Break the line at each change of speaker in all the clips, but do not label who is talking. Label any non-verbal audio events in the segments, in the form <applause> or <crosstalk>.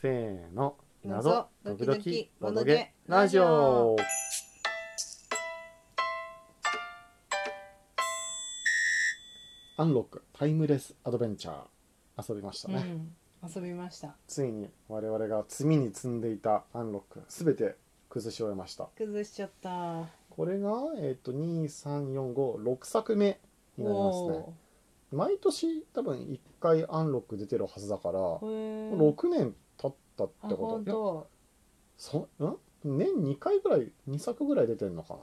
せーの
謎
謎
ド
ドキド
キドキ
キ
ボ
ボ
ド
ド
ゲ
ゲ
ラ
ラ
ジ
ジ
オ
オアンロックタイムレスアドベンチャー遊びました
う
ね、
ん、遊びました
ついに我々が積みに積んでいたアンロックすべて崩し終えました
崩しちゃった
これが、えっと23456作目になりますね
お
毎年多分1回アンロック出てるはずだから
ーへー
6年経ったってこ
あ
と
本
いや
当
そん年2回ぐらい2作ぐらい出てるのかな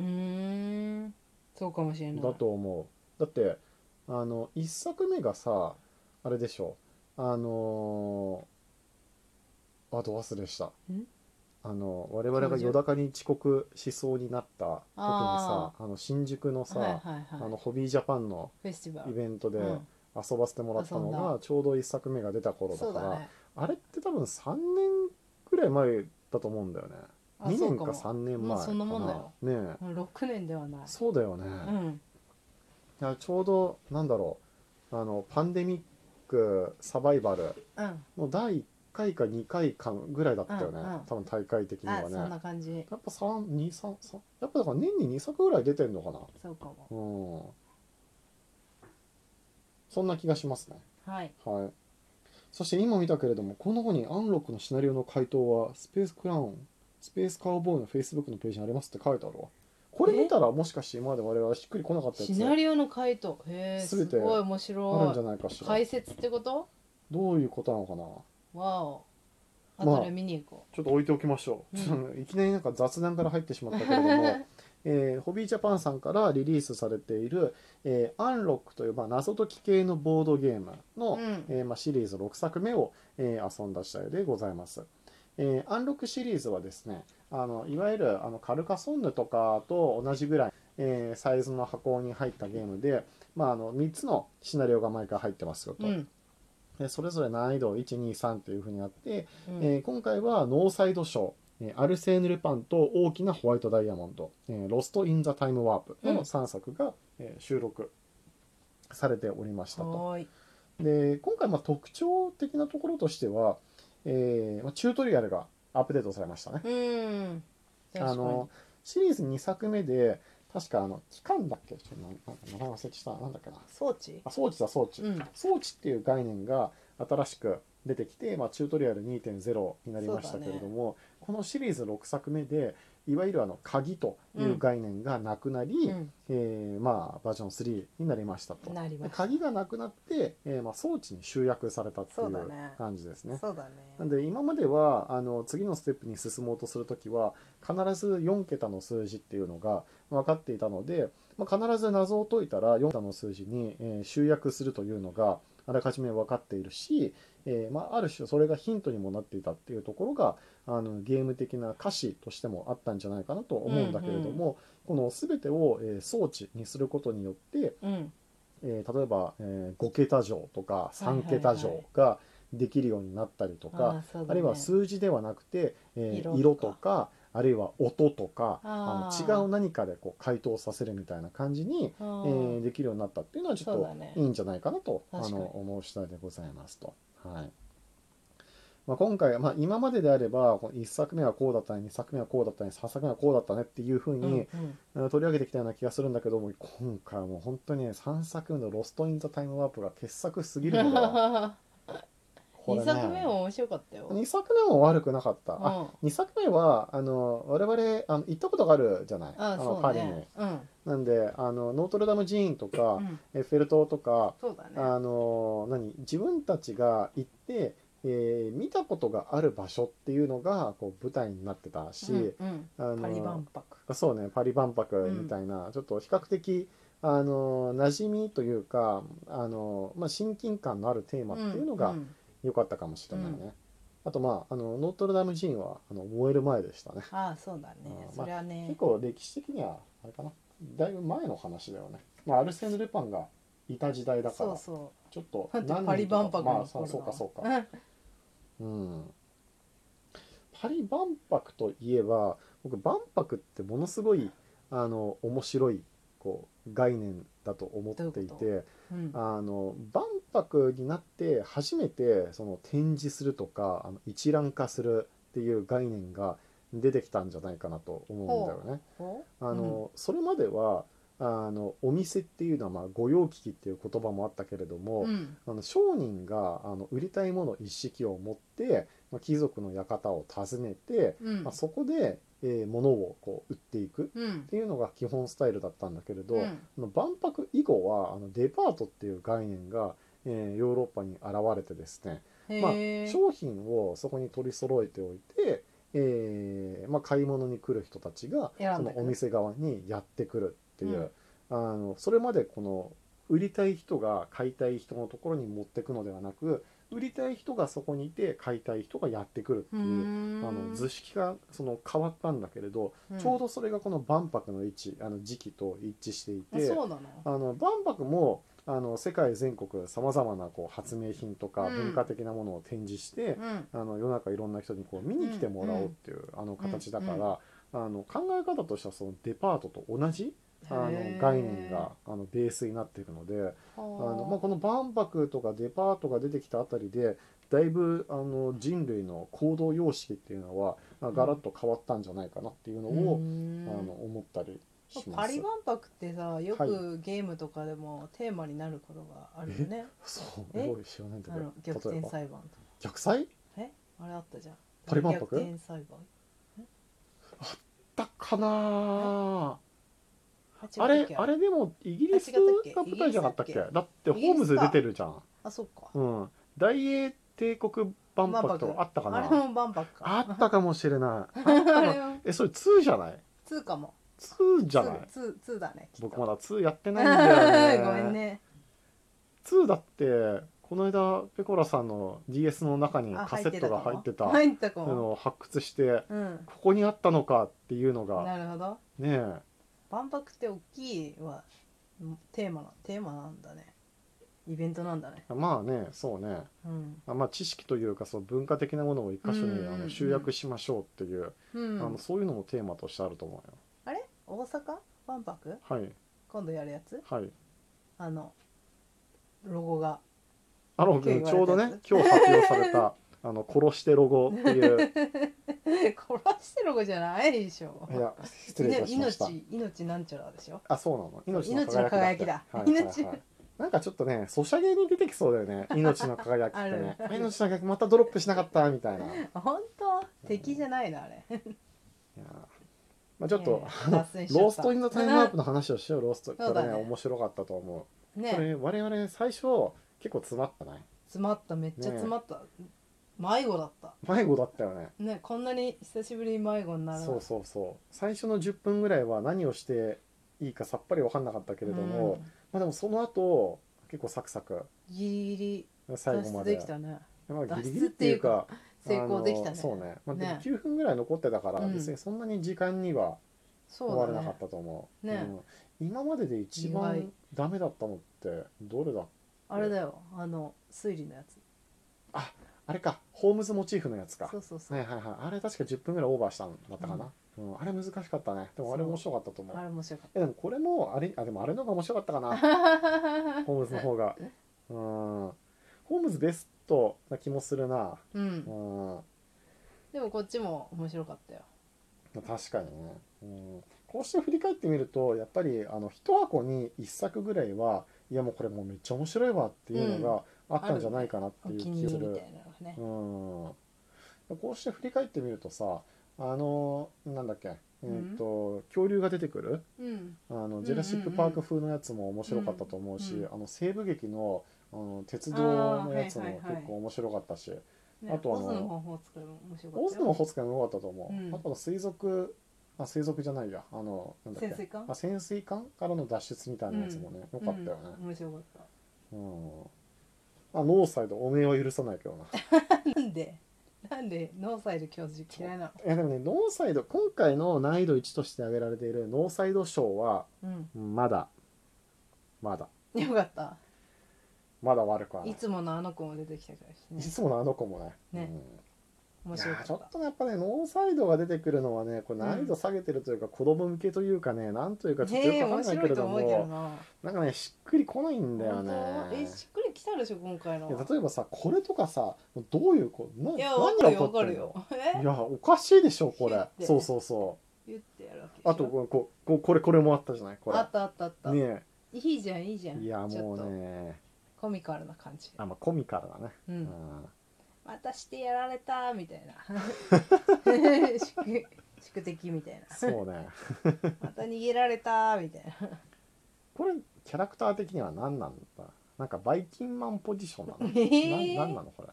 うーんそうかもしれない
だと思うだってあの1作目がさあれでしょあのー、あど忘れした
ん
あの我々が夜中に遅刻しそうになった時にさ
あ
あの新宿のさ、
はいはい
あ
はい
のホビージャパンの
フェスティバ
イ
ル
ベントで
うん
遊ばせてもらったの
遊ん
がちょうど1作目が出た頃だ
そう
から
だね
あれって多分3年ぐらい前だと思うんだよね
あ
2
そう
年
か
か
も
3年
ま
前
あそんなもんだよ
かなねえ
もう6年ではない
そうだよね、
うん
いやちょうどなんだろうあのパンデミックサバイバル
うん
の第1回か2回間ぐらいだったよね、
うんうん
多分大会的には
あそ
ね
んな感じ
やっぱ323やっぱだから年に2作ぐらい出てんのかな
そうかも
うんそんな気がしますね
はい
はいそして今見たけれどもこの後にアンロックのシナリオの回答はスペースクラウンスペースカウボーイのフェイスブックのページにありますって書いてあるわこれ見たらもしかして今まで我々はしっくりこなかったや
シ
つ
ナリオの回答へえす
全て
ごい
ある
面
んじゃ
白
ないかし
い
ら
解説ってこと
どういうことなのかな
わおあ
まあ
とで見に行こ
ちょっと置いておきましょう、いきなりなんか雑談から入ってしまったけれど
<laughs>
も、えーホビージャパンさんからリリースされている「えーアンロック」という、まあ、謎解き系のボードゲームの、
うん
えーまあ、シリーズ6作目を、えー遊んだ次第でございます。えーアンロックシリーズはですねあのいわゆるあのカルカソンヌとかと同じぐらい、えーサイズの箱に入ったゲームで、まあ、あの3つのシナリオが毎回入ってますよ
う
と、
うん
でそれぞれ難易度123というふうにあって、
うん
えー今回はノーサイドショーえーアルセーヌ・ルパンと大きなホワイトダイヤモンド、えーロスト・イン・ザ・タイム・ワープ
うん
の3作が、えー収録されておりましたと。
はーい
で今回まあ特徴的なところとしては、えーまあチュートリアルがアップデートされましたね。
うん確か
あ
に
のシリーズ2作目で確かあの期間だっけちょっとなな名前忘れてたなんだっけな
装置
あ装置だ装置、
うん
装置っていう概念が新しく出てきて、まあ、チュートリアル2.0になりましたけれども、このシリーズ6作目でいわゆるあの鍵という概念がなくなり、
うん
えーまあ、バージョン3になりましたと。
なりま
で
した
鍵がなくなって、えーまあ、装置に集約されたってい
そうだ
う
ね
感じですね。
そうだね
なんで今まではあの次のステップに進もうとするときは必ず4桁の数字っていうのが分かっていたので、まあ、必ず謎を解いたら4桁の数字に、えー集約するというのがあらかじめ分かっているし、えーまあ、ある種それがヒントにもなっていたっていうところがあのゲーム的な歌詞としてもあったんじゃないかなと思うんだけれども、この全てを、えー装置にすることによって、
うん
えー例えば、えー5桁乗とか3桁乗ができるようになったりとか。
あーそうだね
あるいは数字ではなくて、えー
色と
色
か
とかあるいは音とか
あ
あ
ー
の違う何かでこう回答させるみたいな感じに、
あ
え
ー
ーできるようになったっていうのはちょっ
そう
と
だね
いいんじゃないかなと
確か
あ
に
の思う次第でございますと。はいまあ、今回、まあ、今までであればこの1作目はこうだったね2作目はこうだったね3作目はこうだったねっていうふう
うんう
に、
ん
うん取り上げてきたような気がするんだけども今回はもう本当にね3作目の「ロスト・イン・ザ・タイム・ワープ」が傑作すぎるの
<laughs>
がこれ
二
ね
作目も面白かったよ。
二作目も悪くなかった。
うん
あ2作目はあの我々あの行ったことがあるじゃない
あ、
の
そ
パ
う
リ
ね
に。
うん、
なんであのノートルダム寺院とか、
うん、
エッフェル塔とか、
そうだね。
あの何自分たちが行って、えー見たことがある場所っていうのがこう舞台になってたし、
うん、
あ
うん、
の
パリ万博。
そうねパリ万博みたいな、ちょっと比較的あの馴染みというかあの、まあ、親近感のあるテーマっていうのが
んん
良かったかもしれないね。あとまああのノートルダム寺院はあの燃える前でしたね。
あ、そうだ
あー
ね
ま。あ
それはね
結。構歴史的にはあれかなだいぶ前の話だよね、まあ、アルセーヌ・ルパンがいた時代だか
そう
ら
そ
ちょっと
う。パリ万博の頃だ。
まあそうそうかそうか、
ん。
うん、パリ万博といえば僕万博ってものすごいあの面白いこう概念だと思ってい
どう
て
いう
あの万泊になって初めてその展示するとかあの一覧化するっていう概念が出てきたんじゃないかなと思うんだよね。
お
あのそれまではあのお店っていうのは、まあ、御用聞きっていう言葉もあったけれども、
うん
あの商人があの売りたいもの一式を持って、まあ、貴族の館を訪ねて、
うん
まあ、そこで、えー物をこう売っていく
うん
っていうのが基本スタイルだったんだけれど、
う
あ
ん
の万博以後はあのデパートっていう概念が、えーヨーロッパに現れてですね、まあ
へー
商品をそこに取り揃えておいて、えーまあ、買い物に来る人たちが
選
そ
んでくる
のお店側にやってくるっていう、あのそれまでこの売りたい人が買いたい人のところに持ってくのではなく売りたい人がそこにいて買いたい人がやってくるって
う
いう、
ーん
あの図式がその変わったんだけれど、
うん
ちょうどそれがこの万博の位置あの時期と一致してい
あ
て。
そうなの
あの万博もあの世界全国さまざまなこう発明品とか
うん
文化的なものを展示して、
うん
あの世の中いろんな人にこう見に来てもらおうっていう、あの形だから、
うんうん
あの考え方としてはそのデパートと同じあの
へー
概念があのベースになっていくので
あ
あ
の
の、まあ、この万博とかデパートが出てきたあたりでだいぶあの人類の行動様式っていうのは、まあ、ガラッと変わったんじゃないかなっていうのを、あの思ったりしま
パ
す。
リ万博ってさよ
は
くゲームとかでもテーマになることがあるよね、
そう、
え
俺知らないんだ
あ
け
の
ど。
逆
例え
転
ば
裁判とか
逆裁
えあれあったじゃん
パリ万博
逆転裁判
だったかな
あ
あれあれでもイギリス
あ違ったっけ
が舞台じゃなかったっけ
イギリ
だってホームズ出てるじゃん、
あそっか、
うん、大英帝国万博とかあったか
あれ
な
も万博か
あったかもしれないあった
あ
か
れも
えそれ2じゃない
2かも
?2 じゃない
2, 2だねきっと
僕まだ2やってないんだよね
<laughs> ごめんね
2だってこの間ペコラさんの DS の中に
あ
カセットが入ってたあ
入ってたかも
の発掘して
うん
ここにあったのかっていうのが
なるほど
ねえ
万博って大きいはテーマなテーマなんだねイベントなんだね
まあねそうね
うん、
あまあ、知識というかその文化的なものを一箇所
うんう
に
んうん
あの集約しましょうっていう、
うん、
あのそういうのもテーマとしてあると思うよ。
あれ大阪万博
はい
今度やるやつ
はい、
あのロゴが <laughs>
あの
結構言われた
ちょうど
や
ね
つ
今日発表された <laughs> 「あの殺してロゴ」って
<laughs>
いう
え殺してるロゴじゃないでしょ
いや失礼いたしました
い。の命命なんちゃらでしょ
あそうなの命の
命の輝
輝
き
き
だ
だってはい
命
はいはいなんかちょっとねソシャゲに出てきそうだよね命の輝きってね
<laughs> ある
あ命の輝きまたドロップしなかったみたいないや
本当敵じゃないのあれ
ー、まあ、ちょっと、
脱線しちゃった
ローストインのタイムワープの話をしようロースト
そう
こ
だ
れ
ね
ね面白かったと思う。こ
ね
れ我々最初結構詰まったね
詰まっためっちゃ詰まった、迷子だった
迷子だったよね
ねこんなに久しぶりに迷子になる
そうそうそう最初の10分ぐらいは何をしていいかさっぱり分かんなかったけれども、
うん
まあでもその後結構サクサク
ギリギリ
最
脱
後ま
出
で
できたね
まあ、
脱出
ギリギリっていうか
成功でき
あ
た
の
ね
そうね、まあ、でも
ね
9分ぐらい残ってたから、
うん
別にそんなに時間には
そう
終
だ
わ
ね
らなかったと思う
ね
うん今までで一
意外
番ダメだったのってどれだ
あれだよあの推理のやつ
あれかホームズモチーフのやつか
そうそうそう、
はいはいはいあれ確か10分ぐらいオーバーしたんだったかな、うんあれ難しかったねでもあれ面白かったと思う
あれ面白かっ
えでもこれもあれあでもあれの方が面白かったか <laughs> な
た
ホームズの方がうんホームズベストな気もするな
<laughs> う
うんん
でもこっちも面白かったよ
確かにね、うん、こうして振り返ってみるとやっぱりあの一箱に一作ぐらいはいやもうこれもうめっちゃ面白いわっていうのがあったんじゃないかなって
お
いう
気
気
に
がす
入り
る
みたいなのがね
う、んこうして振り返ってみるとさあのなんだっけ、えーと恐竜が出てくる
うん、
あの
ん
ジュラシック・パーク風のやつも面白かったと思うし、
うんうん
あの西部劇のあの鉄道のやつも
あーはいはいはい
結構面白かったし、
ね、
あとあの
オズの方法作るも面白か
オ
っ
ズ
た
の魔法使いも良かったと思う、
うん
あとは水族あ水族じゃないやあのなんだっけ
潜水艦
あ潜水艦からの脱出みたいなやつもね、良かったよね、
うん、面白かっ
うんあノーサイドおめえは許さないけどな
たなんでなんでノーサイド教授嫌いなの
いやでもねノーサイド今回の難易度1として挙げられているノーサイド賞は
うん
まだまだ
よかった
まだ悪くはない
いつものあの子も出てきたからし
い
ね
つものあの子もね
ね
うん
面
い
白
や
か
ー
っ
ち
た
ょっとねやっぱねノーサイドが出てくるのはねこれ難易度下げてるというか、子供向けというかねなんというかちょっとよ
へえ
くわ
面
かんない
白
け
い
れ
と
ど
思
も
うけどな
なんかねしっくりこないんだよね
本当えしっくりきたでしょ今回の
いや例えばさこれとかさどういうこない
やわかるよわか
ん
る
の
よえ
いやおかしいでしょこ
ヒ
れ
ュッて
そうそうそ
言ってやるわけでし
う
ょ
あとこうこうこれこれもあったじゃないこれ
あったあったあった、
ね
いいじゃんいいじゃん
いやも
ちょ
う
っと
ね
コミカルな感じ
あまあコミカルだね
う
うんん
またしてやられたみたい
<laughs>
な宿宿敵みたい
そ
な
うね <laughs>
また逃げられたみたいな
これキャラクター的には何なんだなんかバイキンマンポジションなの
えー
ななんなのこれ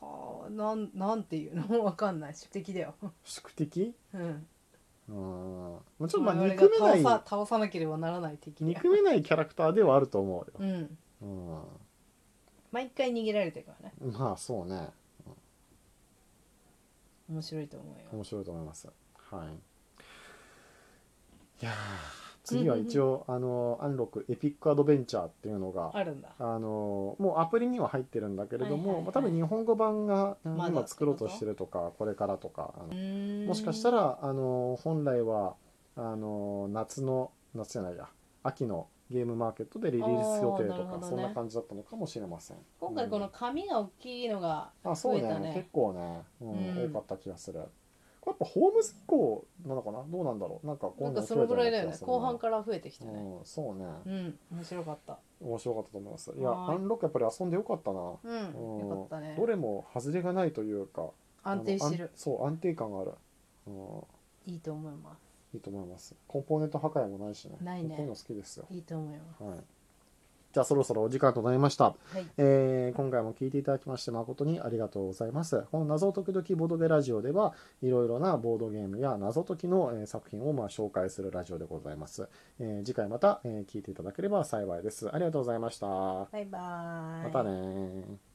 はあなんなんていうのわかんない宿敵だよ
宿敵
うん
うんまあち
ち
ょっとまあ
我
憎
々
め
が
ない
倒さ倒さなければならない敵
憎めないキャラクターではあると思う
う
よ、
ん
うん
毎回逃げられてるからね
まあそうね
面白いと思うよ
面白いと思いますはいいやー次は一応あのアンロックエピックアドベンチャーっていうのが
あるんだ
あのもうアプリには入ってるんだけれど
はいはいは
も、
い
まあ多分日本語版が
まだ
今作ろうとしてるとかこれからとかあのも
も
しかしたらあの本来はあの夏の夏じゃないや秋のゲームマーケットでリリース予定
あーな
とか、
るほどね
そんな感じだったのかもしれません
今回こ
う
の
ん
紙が大きいのが
あそうね
増えたね
結構ね、うん
うん
多かった気がするこれやっぱホームズ以降なのかなどうなんだろうなんかこう
ないん
う
か
の
そのぐらいだよ
増
ね
えた
後
ような
半
気が
から増えてき
す
た
るな
ね
うん、そうね、
うん面白かった
面白かったと思いますいや
は
ア
ーい
ンロックやっぱり遊んでよかったな
うんよかったね
どれも外れがないというか
安定して
あの
る
安そう安定感がある、うん、
いいと思いま
いいと思いますコンポーネント破壊もないしね
ないね
こういうの好きですよ
すいいと思いま
はい、じゃあそろそろお時間となりました、
すはい
えー今回も聞いていただきまして誠にありがとうございますこの謎解き時ボードゲラジオではいろいろなボードゲームや謎解きの、えー作品をまあ紹介するラジオでございます、えー次回また、えー聞いていただければ幸いですありがとうございました、
バイバーイ
またねー